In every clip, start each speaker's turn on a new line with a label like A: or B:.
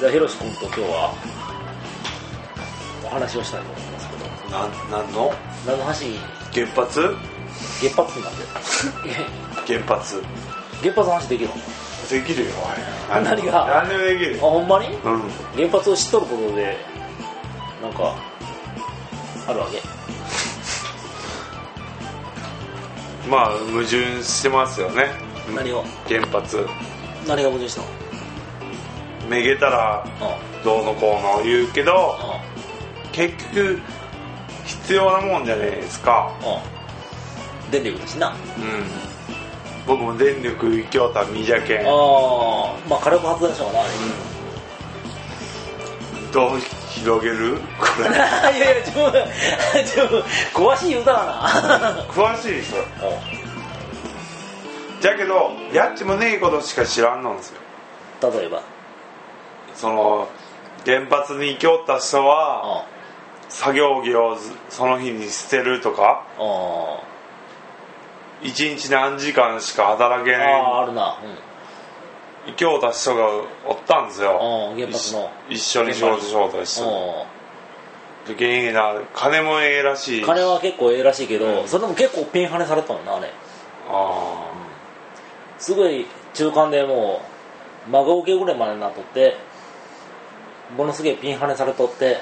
A: 田博君と今日はお話をしたいと思いますけど
B: なんなんの
A: 何の話
B: 原発
A: 原発なんで
B: 原発
A: 原発の話できるの
B: できるよあれ
A: 何が
B: 何でもできる
A: あほんまに
B: うん
A: 原発を知っとることでなんかあるわけ
B: まあ矛盾してますよね
A: 何を
B: 原発
A: 何が矛盾したの
B: めげたら
A: あ
B: どうのこうの言うけど
A: あ
B: 結局必要なもんじゃないですか
A: ああ電力だしなあ
B: うん僕も電力京都は身じゃけん
A: あまあ火力発電所かなあれ
B: どう広げるこれ
A: いやいや自分自分詳しい歌だな
B: 詳しいでしょじゃけどやっちもねえことしか知らんのんですよ
A: 例えば
B: その原発に行きおった人は
A: あ
B: 作業着をその日に捨てるとか
A: ああ
B: 一日何時間しか働け
A: あ
B: ね
A: ああるな、うん、
B: え行きおった人がおったんですよ
A: うん原発の
B: 一緒に仕事しようとして
A: お
B: で原因な金もええらしいし
A: 金は結構ええらしいけど、
B: うん
A: それでも結構ピンハネされたもんなあれ
B: あ
A: すごい中間でもう孫受けぐらいまでなっとってものすげえピンハネされとって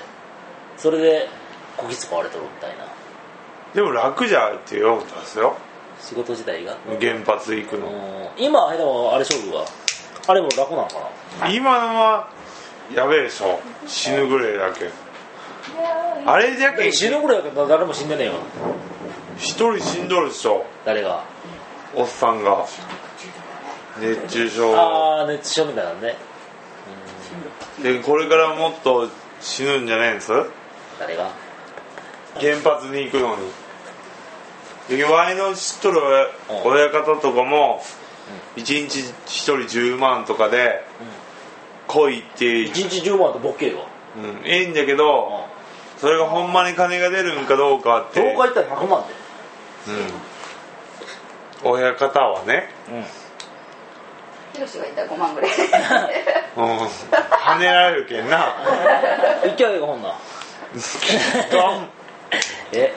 A: それでこき使われとるみたいな
B: ーでも楽じゃんって言おうたんですよ
A: 仕事自体が、
B: 原発行くの
A: うん今あれでもあれ勝負はあれも楽なのかな
B: 今のはやべえでしょ死ぬぐらいだけあれじゃけん
A: 死
B: 一
A: ぬぐらいだから誰も死んでねえよ
B: 人死んどるでしょ
A: 誰が
B: おっさんが熱中症
A: ああ熱中症みたいなんね
B: でこれからもっと死ぬんじゃないんです
A: 誰が
B: 原発に行くのにでワイの知っと
A: う
B: る
A: ん
B: 親方とかも1日1人10万とかで来いって、
A: 1日10万とボケよ
B: うん、いいんだけどそれがほんまに金が出るんかどうかって
A: どう行ったら100万で
B: うん、親方はね、
C: ヒロシがいたら5万ぐらい
B: うん、跳ねられるけんな
A: 行きゃいいかほんならえ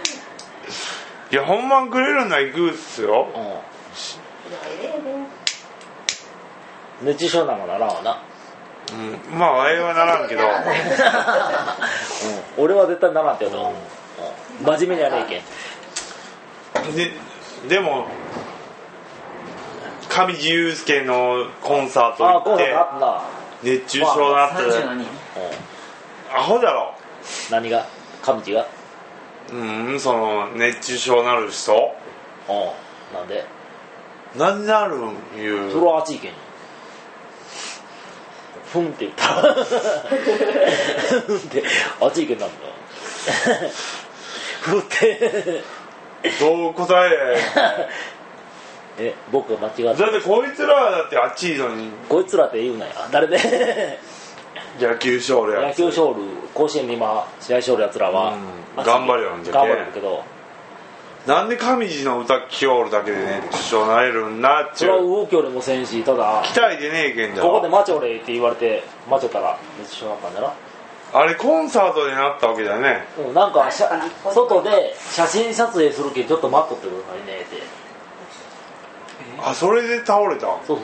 B: いや本番くれるのは行くっすよ
A: う
C: い
A: ん熱中症なんかならんわな
B: うんまあ あれはならんけど
A: うん俺は絶対ならんってやつはうん真面目にやれいけん
B: ででも上地雄介のコンサート
A: ああ
B: 行
A: こ
B: っ
A: う
B: て
A: なんだあっ
B: 熱中症になっ
D: 30の
B: て
D: 人
A: たなうん
B: アホだろ
A: 何が上地が
B: うんその熱中症なる人
A: うんなんで
B: 何なるんいう
A: それは熱いけんふんって言った ふんって熱いけんなんだふんって
B: どう答え
A: え僕が間違っ
B: だ
A: た
B: ってこいつらはだってあっちいのに
A: こいつらって言うなよ誰で
B: 野球勝利や
A: 野球勝負甲子園に今試合勝負やつらは
B: うん頑張るよんじゃけ
A: 頑張るけど
B: なんで上地の歌聴きおるだけでね主張なれるんなっち
A: そ
B: ゅ
A: れは
B: う
A: 動きよりもせんしただ
B: 期待でねえけんじゃ
A: ここで
B: ろ
A: マチョレって言われてマチョたら熱中症になったんだな
B: あれコンサートでなったわけだよね
A: うんなんかしゃ
C: なんかな
A: 外で写真撮影するけんちょっと待っとってくださいねって
B: あそれで倒れたん
A: そうそう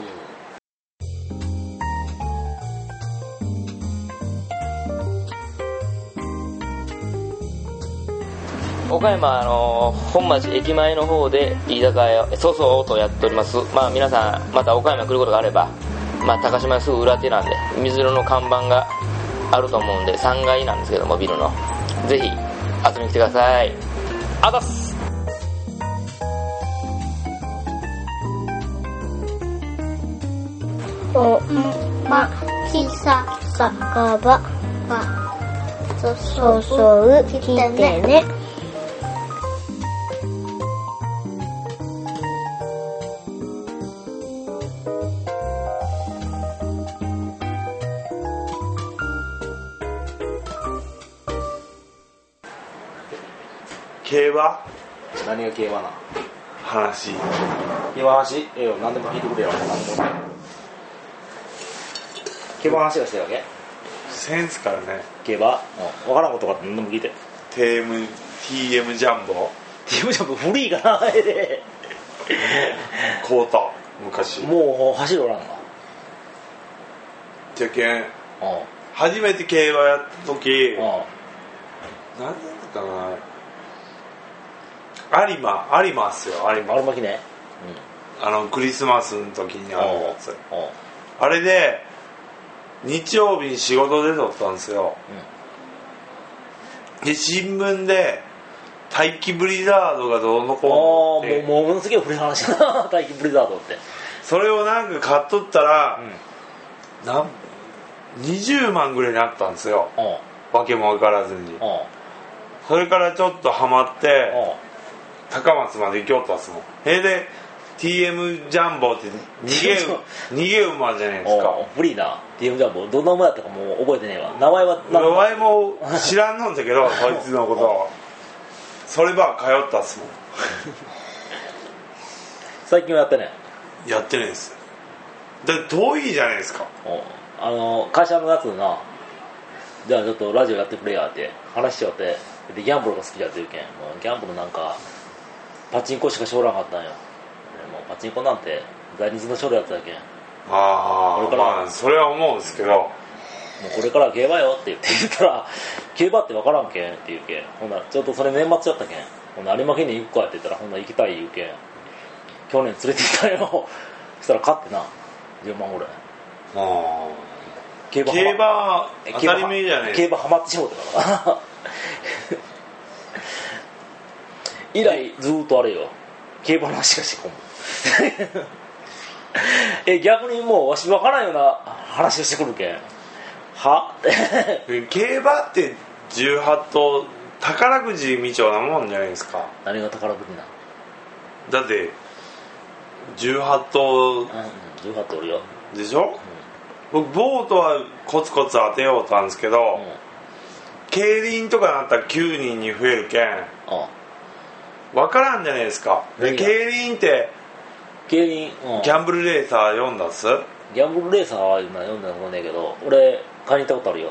D: 岡山あの本町駅前の方で居酒屋をそうそうとやっておりますまあ皆さんまた岡山来ることがあればまあ高島屋すぐ裏手なんで水色の看板があると思うんで3階なんですけどもビルのぜひ遊びに来てくださいあざっす
E: おまきさ酒場が注ぐきてね。
B: 競馬
A: 何が競馬な
B: 話
A: 競馬話ええよ何でも聞いてくれよ何でも競馬話がしてるわけ
B: 1000円ですからね
A: けば、うん、分からんことがあったら何でも聞いて
B: TM, TM ジャンボ
A: ティムジャンプ古いかなあれで
B: コータ昔
A: もう走るおらんが
B: じゃけん
A: うんうん
B: 初めて競馬やった時何年だったかな有馬有馬っすよ有馬
A: 丸巻きね
B: あのクリスマスの時に
A: うん
B: あるやつ
A: うんうん
B: あれで日曜日に仕事で撮ったんですよ、で新聞で「待機ブリザードがどうの
A: ああ
B: こうの」っ
A: ー
B: て
A: もうものすげえ古い話だな 大気ブリザードって
B: それをなんか買っとったら
A: うん、
B: なん20万ぐらいになったんですよ
A: うん
B: 訳も分からずに
A: うん
B: それからちょっとハマって
A: うん
B: 高松まで行きよったっすもんえで TM ジャンボって逃げ 逃げ馬じゃないですか
A: おう古いな DM ジャンボどんな馬だったかもう覚えてねえわ名前は
B: 名
A: なん
B: 前も知らんのんだ けどそいつのことそればっか通ったっすもん
A: 最近はやってない
B: やってないですだって遠いじゃないですか
A: おうあの会社のやつでなじゃあちょっとラジオやってくれやって話しちゃってでギャンブルが好きだって言うけんもうギャンブルなんかパチンコしかしおらんかったんよでもうパチンコなんて在日の少女やったやけんも
B: あ
A: これ
B: あ
A: から
B: まあそれは思うんですけど
A: うこれから競馬よって言って言ったら競馬って分からんけんって言うけんほんならちょっとそれ年末やったけんほんなら有馬記念行くかって言ったらほんなら行きたい言うけん去年連れて行ったんよ そしたら勝ってな10万ぐらい
B: あ
A: 競
B: ー競馬は
A: え
B: 当たり前じゃない
A: 競
B: ですか
A: 馬ハマってしもうたからな以来ずーっとあれよ競馬の話がしてこんもん え逆にもうわしわからんような話をしてくるけんは
B: 競馬って18頭宝くじ未調なもんじゃないですか
A: 何が宝くじな
B: だって18頭
A: うんうん18っておるよ、
B: でしょ、僕ボートはコツコツ当てようとなんですけど、
A: うん、うん
B: 競輪とかなったら9人に増えるけん分からんじゃないですかで
A: 何が
B: 競輪って
A: 競輪、うん、
B: ギ
A: ギャ
B: ャンブルレーサー読んだっす
A: ンブルレーサーは今読んだことねえけど俺買いに行ったことあるよ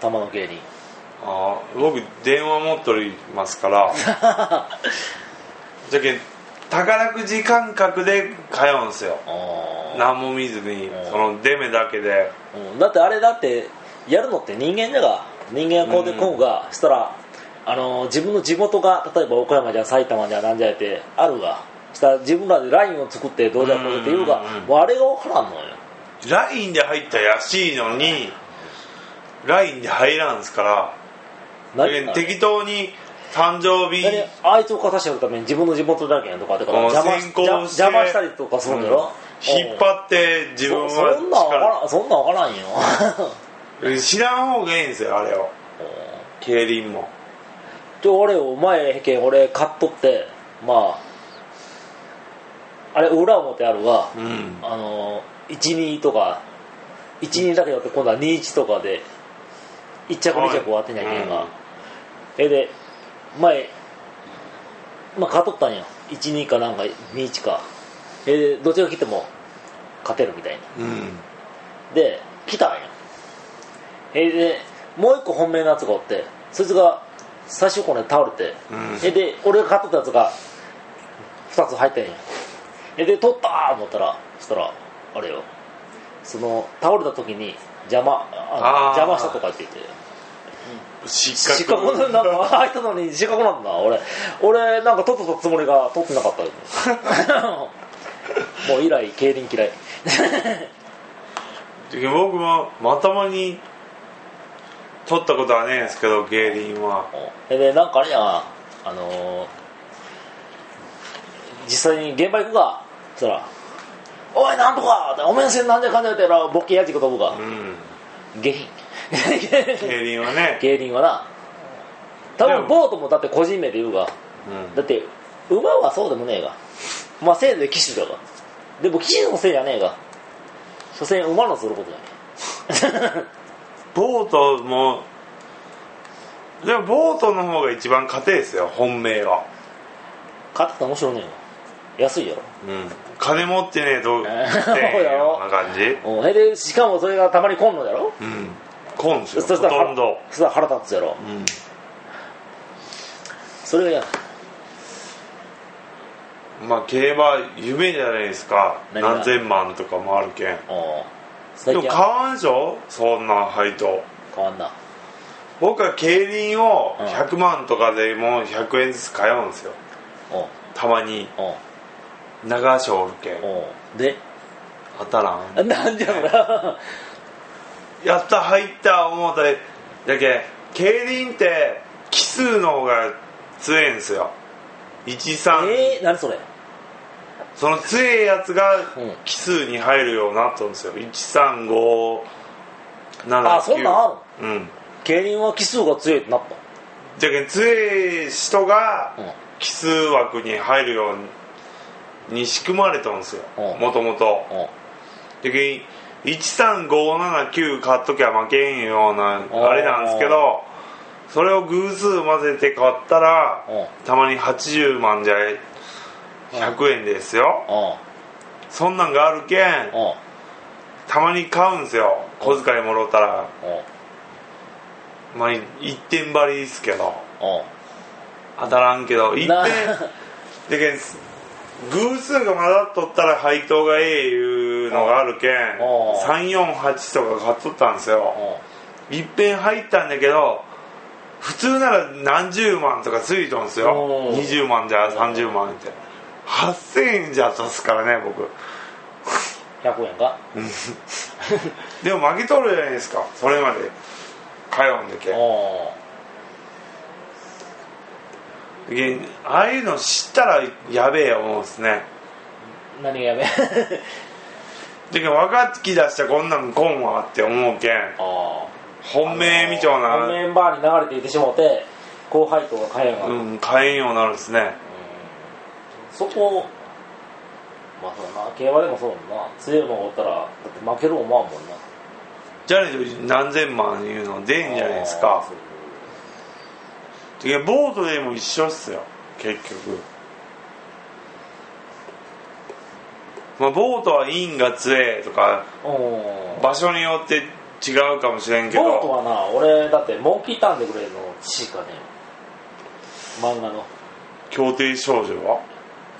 A: 玉の競輪
B: あー僕電話持っとりますか ら
A: あ
B: じゃけん宝くじ感覚で通うんすよ
A: あ
B: 何も見ずに
A: うん
B: その出目だけで
A: うん、だってあれだってやるのって人間だが人間がこうで
B: うん
A: こうが、したらあのー自分の地元が例えば岡山じゃ埼玉じゃなんじゃやってあるがしたら自分らでラインを作ってどうじゃこうじゃっていうが、
B: うん
A: もうあれが分からんのよ
B: ラインで入ったら安いのにラインで入らんすからじゃけん
A: が
B: 適当に誕生日
A: 何あいつを勝たせてやるために自分の地元だけんとかだから
B: うん
A: 邪魔
B: 先
A: し
B: 行
A: 邪魔
B: して
A: 邪魔したりとかするんだろ、
B: うん引っ張って自分
A: そそんなん分か
B: は
A: らんそんなん分からんよ
B: 力知らん方がいいんですよあれを
A: うん
B: 競輪も
A: で俺お前けん俺買っとってまああれ裏表あるが、
B: うん
A: あの12とか12だけだって今度は21とかで1着
B: はい
A: 2着を当てなきゃいけん
B: う
A: が
B: ん
A: えで前まあ勝っとったんよ12かなんか21かえでどっちが来ても勝てるみたいな
B: うん
A: で来たんよえでもう一個本命のやつがおってそいつが最終コーナーで倒れて、
B: うん
A: えで俺が買っとったやつが2つ入ったんよえで取ったー思ったらそしたらあれよその倒れた時に邪魔あ
B: あー
A: 邪魔したとかって言って
B: 失格
A: 失格なんか入ったのに失格なんだな俺俺なんか取っとったつもりが取ってなかったもう以来競輪嫌い
B: で僕もまともに取ったことはねえんですけど競輪は
A: えでなんかあれやなあのー実際に現場行くかそしたら「おいなんとか!」おめんせんなんでかんでってやったらボッケやじく飛ぶが
B: うん
A: 下品
B: 競輪はね、
A: 競輪はな多
B: で
A: 分
B: も
A: ボートもだって個人名で言うが
B: うん
A: だって馬はそうでもねえがまあせいぜい騎手だがでも騎手のせいじゃねえが所詮馬のすることじゃねえ
B: ボートもでもボートの方が一番勝てですよ本命は、
A: 勝ったら面白いねえよ安いやろ
B: うん、金持っ てねえと
A: ー
B: 勝て
A: そう
B: へん
A: やろ
B: ような感じ
A: おへでしかもそれがたまに今度だろ
B: うんこんですよ
A: そした
B: ほ
A: ら
B: とんど
A: そしたら腹立つやろ
B: うん
A: それが嫌
B: まあ競馬夢じゃないですか
A: 何が
B: 何千万とかもあるけん
A: おー最
B: でも
A: 近
B: 買
A: は
B: わんでしょそんな配当
A: 変わんな
B: 僕は競輪を
A: うん
B: 100万とかでも100円ずつ買うんですよ
A: おう
B: たまに
A: おう
B: 長所おるけん
A: おうで
B: 当たらん
A: なんじゃろな
B: やった入った思うたりだけん競輪って奇数の方が強いんですよ13、
A: えー、何それ
B: その強いやつが
A: うん
B: 奇数に入るようになったんですよ1357
A: あそんなんあるの
B: うん
A: 競輪は奇数が強いってなっ
B: じゃけん強い人が
A: たうん
B: 奇数枠に入るように仕組まれたんですよ
A: うん
B: もともと
A: おう
B: で13579買っときゃ負けんような
A: おー
B: あれなんですけどそれを偶数混ぜて買ったら
A: おう
B: たまに80万じゃ100円ですよ
A: おう
B: そんなんがあるけん
A: おう
B: たまに買うんですよ小遣いもろうたら
A: おう
B: まあ1点張りですけど
A: おう
B: 当たらんけど1
A: な
B: 点でけん偶数が混ざっとったら配当がええいうのがあるけん
A: おう
B: 348とか買っとったんですよ
A: おう
B: いっぺん入ったんだけど普通なら何十万とかついとんすよ
A: おう
B: 20万じゃ30万って8000円じゃったっすからね僕
A: 100円か
B: でも負けとるじゃないですかそれまで通うんだけん
A: おう
B: でああいうの知ったらやべえ思うんですね
A: 何がやべえ
B: で若月出したらこんなんこんわって思うけん
A: あ
B: 本命みたい
A: あ
B: な、
A: メンバーに流れていってしもうて後輩とか買えんわ、うん、
B: うん、買えんようになるんですね
A: そこまあそうだな競馬でもそうだもんな強いのがおったらだって負ける思わんもんな
B: じゃないと何千万いうの出んじゃないです
A: あー
B: か
A: そう
B: でボートでも一緒っすよ結局まあボートはインが強えとか
A: うん
B: 場所によって違うかもしれんけ
A: ボート
B: ど
A: はな俺だってモンキーターンでくれるのしかねえよ漫画の
B: 協定少女は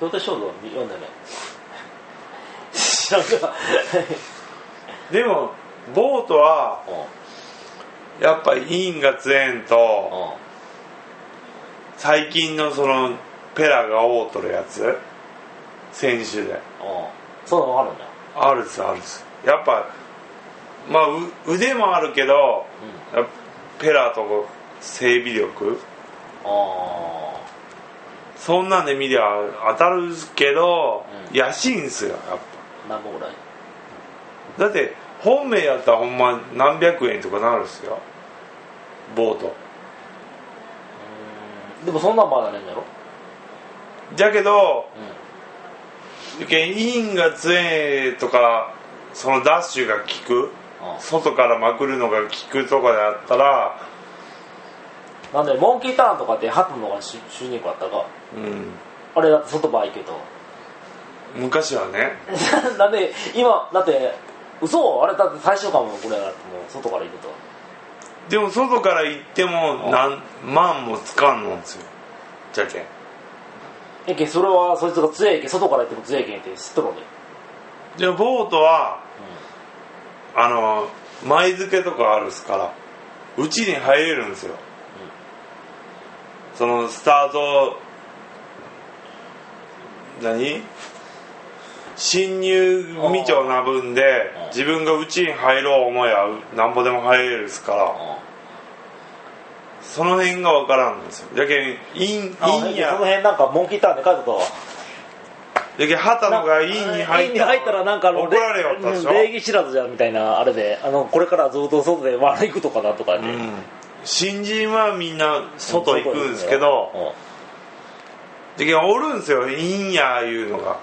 A: 京都少女は読んでね知らんが
B: でもボートは
A: うん
B: やっぱインが強えんと
A: うん
B: 最近のそのペラがおうとるやつ選手で
A: うんそういうのあるんだ
B: あるっすあるっすやっぱまあう腕もあるけどやっぱペラとこ整備力
A: あ
B: そんなんで見りゃ当たるけど、
A: うん
B: 安いんすよやっ
A: あ何本ぐらい
B: ぱだって本命やったらほんま何百円とかなるっすよボート
A: でもそんなんまだねんやろ
B: じゃけど
A: うん
B: けんインが強えとかそのダッシュが効く
A: あ
B: 外からまくるのが効くとかだったら
A: あなんでモンキーターンとかってハトの方が主主人公やったか
B: うん
A: あれだって外ば行けと
B: 昔はね
A: なんで今だって嘘あれだって最終巻もこれだってもう外から行くと
B: でも外から行っても何万もつかんのんですよじゃけん
A: えけんそれはそいつが強いけん外から行っても強いけんって知っとるわけ
B: じゃあボートはあの前付けとかあるっすからうちに入れるんですよ、そのスタート何侵入未調な分で
A: うん
B: 自分がうちに入ろう思いはなんぼでも入れるっすからその辺が分からんんですよじゃけんイン
A: あ
B: イン
A: えけんその
B: や
A: 辺なんかモンキーターンで書いてたわ
B: じゃけん畑野がインに入
A: イ
B: っ
A: ンに
B: た
A: 入ったらなんかあの
B: 怒られよったでしょ
A: うん礼儀知らずじゃんみたいなあれであのこれからずっと外で悪いことかなとかで、
B: うん新人はみんな外行くんですけ
A: う
B: ど
A: ん
B: でけどおるんですよいいんやいうのが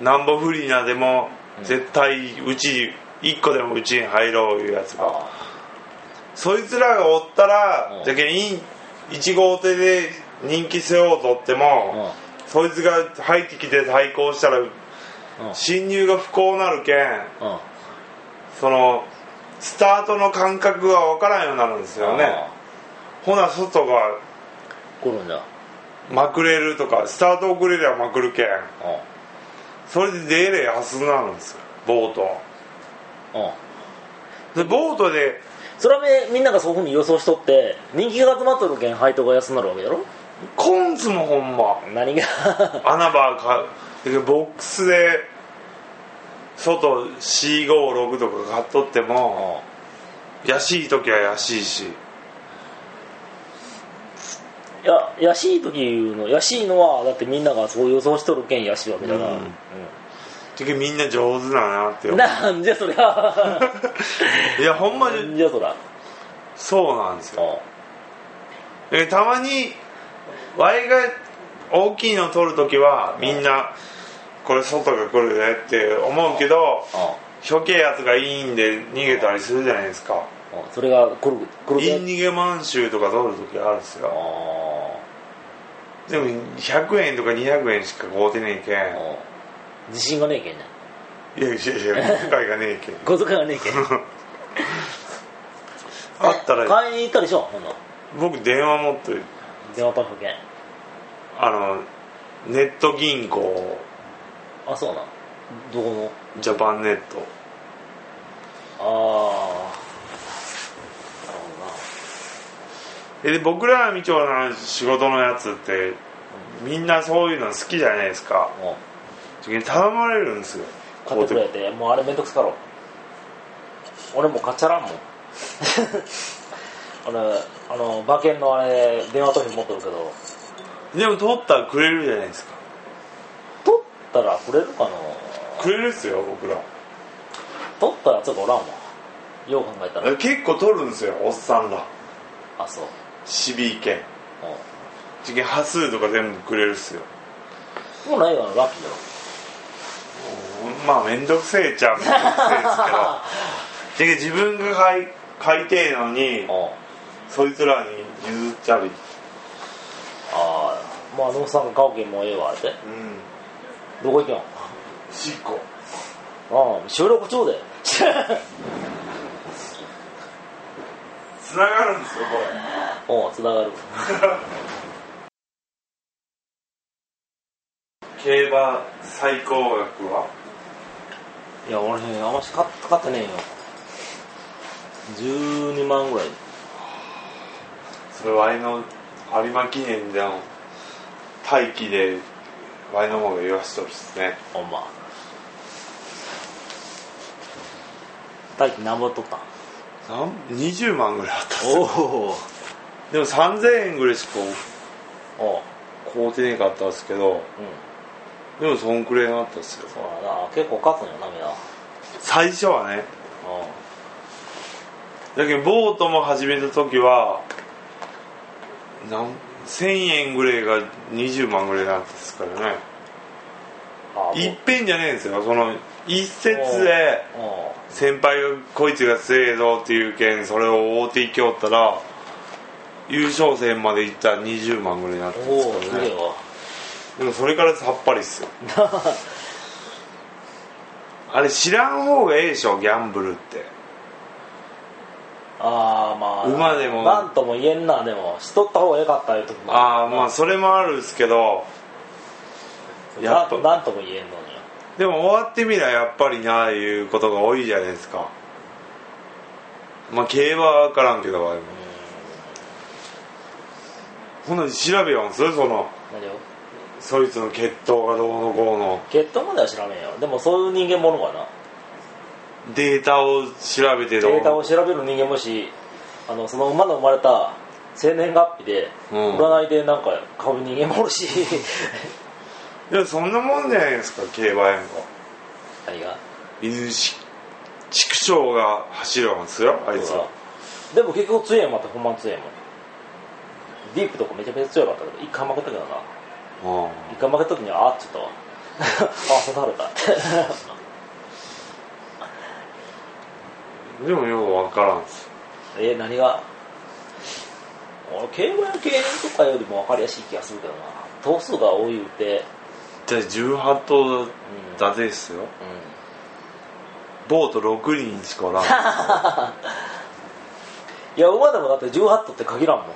B: なんぼ不利なでも
A: うん
B: 絶対うち1個でもうちに入ろういうやつが
A: あ
B: そいつらがおった
A: う
B: ら
A: ん
B: じゃけんいん1号手で人気背負うとってもそいつが入ってきて対抗したら
A: うん
B: 侵入が不幸なるけん
A: うんうん
B: そのスタートの感覚が分からんようになるんですよねほな外が
A: 来るんだ
B: まくれるとかスタート遅れりゃまくるけん
A: あ
B: それで出れやはずなんですよボート
A: あああ
B: でボートで
A: それはめみんながそういうふうに予想しとって人気が集まっとるけん配当が安になるわけだろ
B: コンツもほんま
A: 何が
B: 穴場かボックスで外456とか買っとっても
A: あ
B: 安い時は安いし
A: あや安い時いうの安いのはだってみんながそう予想しとるけん安いわけだから、
B: うんてかみんな上手だなって
A: うん
B: 思う
A: なんじゃそりゃ
B: いやほんま
A: な
B: に
A: んじゃそりゃ
B: そうなんですよ
A: あ
B: えたまにワイが大きいの取る時はみんなこれ外が来るねって思うけど
A: あ
B: ひょけえやつがいいんで逃げたりするじゃないですか
A: ああそれが来る来る
B: イ
A: け
B: ン
A: ん
B: 逃げ満州とか取る時あるんです
A: あ
B: よ
A: あ
B: でも100円とか200円しか買うてねえけん
A: ああ自信がねえけんね
B: いやいやいや今回がねえけん
A: 小遣いがねえけん
B: あったら
A: 買いに行ったでしょほんな
B: 僕電話持って
A: 電話パック券
B: あのネット銀行
A: あそうなんどこの
B: ジャパンネット
A: ああなるほどな
B: えで僕らみちょの仕事のやつってみんなそういうの好きじゃないですか
A: も
B: 時に頼まれるんですよ
A: う買ってくれってもうあれめんどくさかろ俺もう買っちゃ らんもん俺あの馬券のあれ電話投票持っとるけど
B: でも取ったらくれるじゃないですか
A: 取ったらくれるかな
B: くれるっすよ僕ら
A: 取ったやつがおらんわよう考えたら
B: え結構取るんですよおっさんら
A: あそう
B: シビー券
A: う
B: 時に端数とか全部くれるっすよ
A: んもうないわラッキーだろ
B: うんまあ面倒くせえっちゃ面倒くせえですけどで自分が買い買いてえのに
A: うん
B: そいつらに譲っちゃり
A: ああもうあのおっさんが買うけんもうええわって
B: うん
A: どこ行けんあ
B: しっこ
A: あ収録中で
B: つながるんですよこ
A: おうつながる
B: れ競馬最高額はい
A: や俺ねあんまし買っ買ってねえよ12万ぐらい
B: それワイの有馬記念での待機でワイの方が言わしとるっすね
A: ほんま大輝なんぼ取ったん
B: なん20万ぐらいあったっす
A: お
B: よ
A: お
B: でも3000円ぐらいしか
A: おう
B: 買うてねえかったんですけ
A: う
B: ど
A: ん
B: でもそんくらいになったっすよ
A: そうだな結構勝つんよなみんな
B: 最初はね
A: うん
B: だけどボートも始めた時はなん1000円ぐらいが20万ぐらいなんですからね
A: ああ
B: いっぺんじゃねえんですよその一節で
A: も
B: 先輩がこいつが強えぞっていうけんそれを追うていきおったら優勝戦までいったら20万ぐらいになった
A: うんん
B: で
A: おお
B: す
A: す
B: から
A: げえ
B: ね
A: わ
B: でもそれからさっぱりっ すよあれ知らん方がええでしょギャンブルって
A: ああまあ
B: 馬でも
A: なんとも言えんなでもしとった方が良かったいう時も
B: ああまあそれもあるっすけどや
A: や
B: っぱ
A: なんとも言えんのに
B: でも終わってみりゃやっぱりなあいうことが多いじゃないですかまあ競馬は分からんけどあれもほんなら調べようんすよその
A: 何を
B: そいつの血統がどうのこうの
A: 決闘までは知らねえよでもそういう人間ものかな
B: データを調べてどう
A: データ
B: の
A: を調べる人間もしあのその馬の生まれた生年月日で
B: うん
A: 占いでなんか買う人間もおる し
B: いやそんなもんじゃないですか競馬やんか
A: 何が
B: 犬し畜生が走るんすよあいつ
A: そうだ
B: は
A: でも結局強いまたほんまに強いもんディープとかめちゃめちゃ強かったけど一回負けたけどな
B: うん
A: 一回負けた時にはあっちょっと あ刺されたって
B: でもよう分からんっす
A: え何が俺競馬や競輪とかよりも分かりやすい気がするけどな頭数が多いって
B: じゃあ18頭
A: うん
B: だぜっすよ
A: うん
B: ボート6人しかお らん
A: いや、馬でもだって18頭って限らんもん。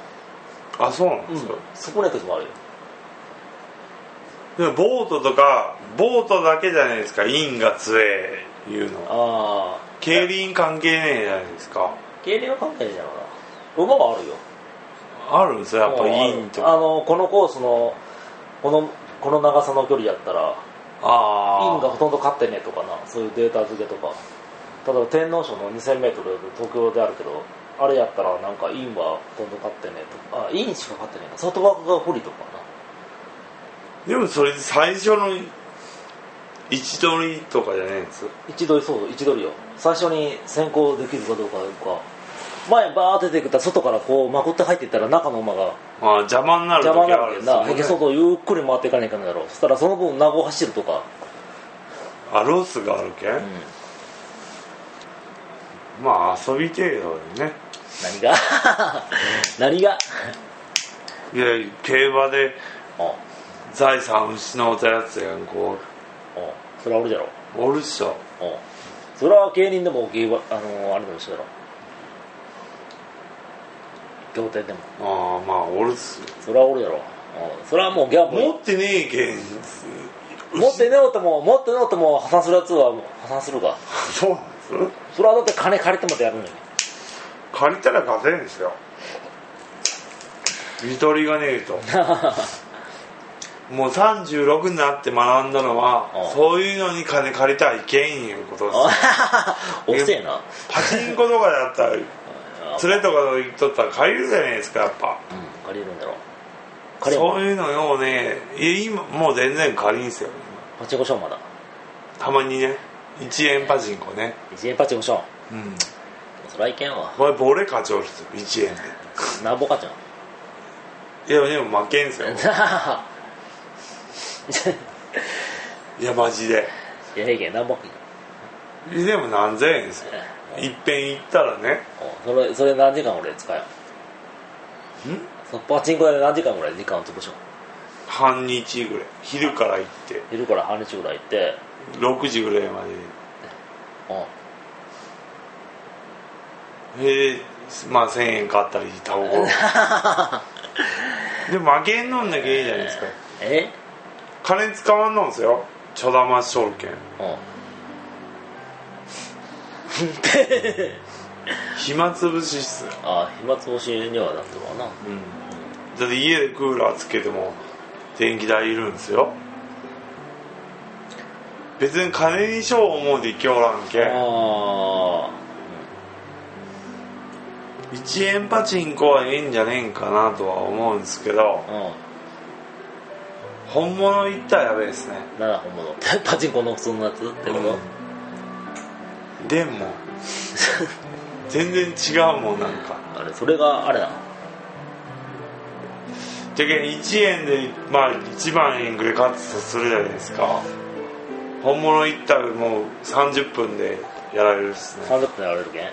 B: あそうなんですよ、
A: 少ない時もあるよ。
B: でもボートとかボートだけじゃないですかンが強えいうの
A: あ
B: 競輪関係ねえじゃないですか
A: あ、競輪は関係ないじゃろうな。馬はあるよ。
B: あるんですよやっぱンと
A: あ
B: か
A: の、このコースの、この、この長さの距離やったら、イ
B: あ
A: ンが
B: ー
A: ほとんど勝ってねえとかな、そういうデータ付けとか。例えば天皇賞の 2000m 東京であるけど、あれやったらなんかインはほとんど勝ってねえとか、あ、インしか勝ってねえな。外枠が不利とかな。
B: でもそれ最初の一取りとかじゃねえんです
A: 一度そう一度よ最初に先行できるかどうかか前バーって出てくったら外からこうまくって入っていったら中の馬が
B: あー邪魔になる
A: 邪魔に
B: 時
A: な
B: あ
A: る
B: る
A: け
B: ん
A: どな、
B: ですよね
A: 外をゆっくり回っていかないかんのやろそしたらその分名護走るとか、
B: あロスがあるけん、
A: うん
B: まあ遊び程度でね
A: 何が 何が
B: いや競馬で
A: おお
B: 財産失うたやつやんこ
A: それは俺じゃろ
B: うおるっしょ
A: おそれは芸人でも芸はあのあれでも一緒だろ仰天でも
B: ああまあおるっすよ
A: それは俺やろおそれはもうギャンブル
B: 持ってねえけん
A: 持ってねおっても持ってねおっても破産するやつは破産するか
B: そうなんです
A: それはだって金借りてまでやるのに
B: 借りたら稼いんですよゆとりがねえ ともう36になって学んだの
A: う
B: は
A: ん
B: そういうのに金借りたらいけんいうことですよ
A: おせえな
B: パチンコとかだったら 連れとか行っとったら借りるじゃないですかやっぱ
A: うん借りるんだろ借りる
B: そういうのようねいや今もう全然借りんすよ
A: パチンコショーまだ
B: たまにね1円パチンコね
A: 一円パチンコショー
B: うん
A: そりゃいけんわ
B: お前ボレ課長ですよ1円
A: なんぼかちゃん
B: でいやでも負けん すよいやマジで
A: いやいけんなんぼか
B: でも何千円ですよいっぺん行ったらね
A: おそれそれ何時間俺使えよそのパチンコ屋で何時間ぐらい時間を潰しよ
B: 半日ぐらい昼から行って
A: う昼から半日ぐらい行って
B: 6時ぐらいま
A: お
B: ででまあ1000円買ったりタバコでも負けんのんだけいいじゃないですか
A: え
B: 金使わんのんすよちょだま証券
A: お
B: 暇つぶしっすよ、
A: あ暇つぶしにはなってるわな
B: うん、だって家でクーラーつけても電気代いるんですよ別に金にしよう思うで行きおらんけん
A: あ
B: 1円パチンコはええんじゃねえんかなとは思うんですけど
A: あうん
B: 本物行ったらやべえですね
A: なら本物 パチンコの普通のやつってこと、
B: でも全然違うもんなんか
A: あれそれがあれだ
B: じゃけん1円でまあ1万円ぐらい勝つとするじゃないですか本物行ったらもう30分でやられるっすね
A: 30分やられるけん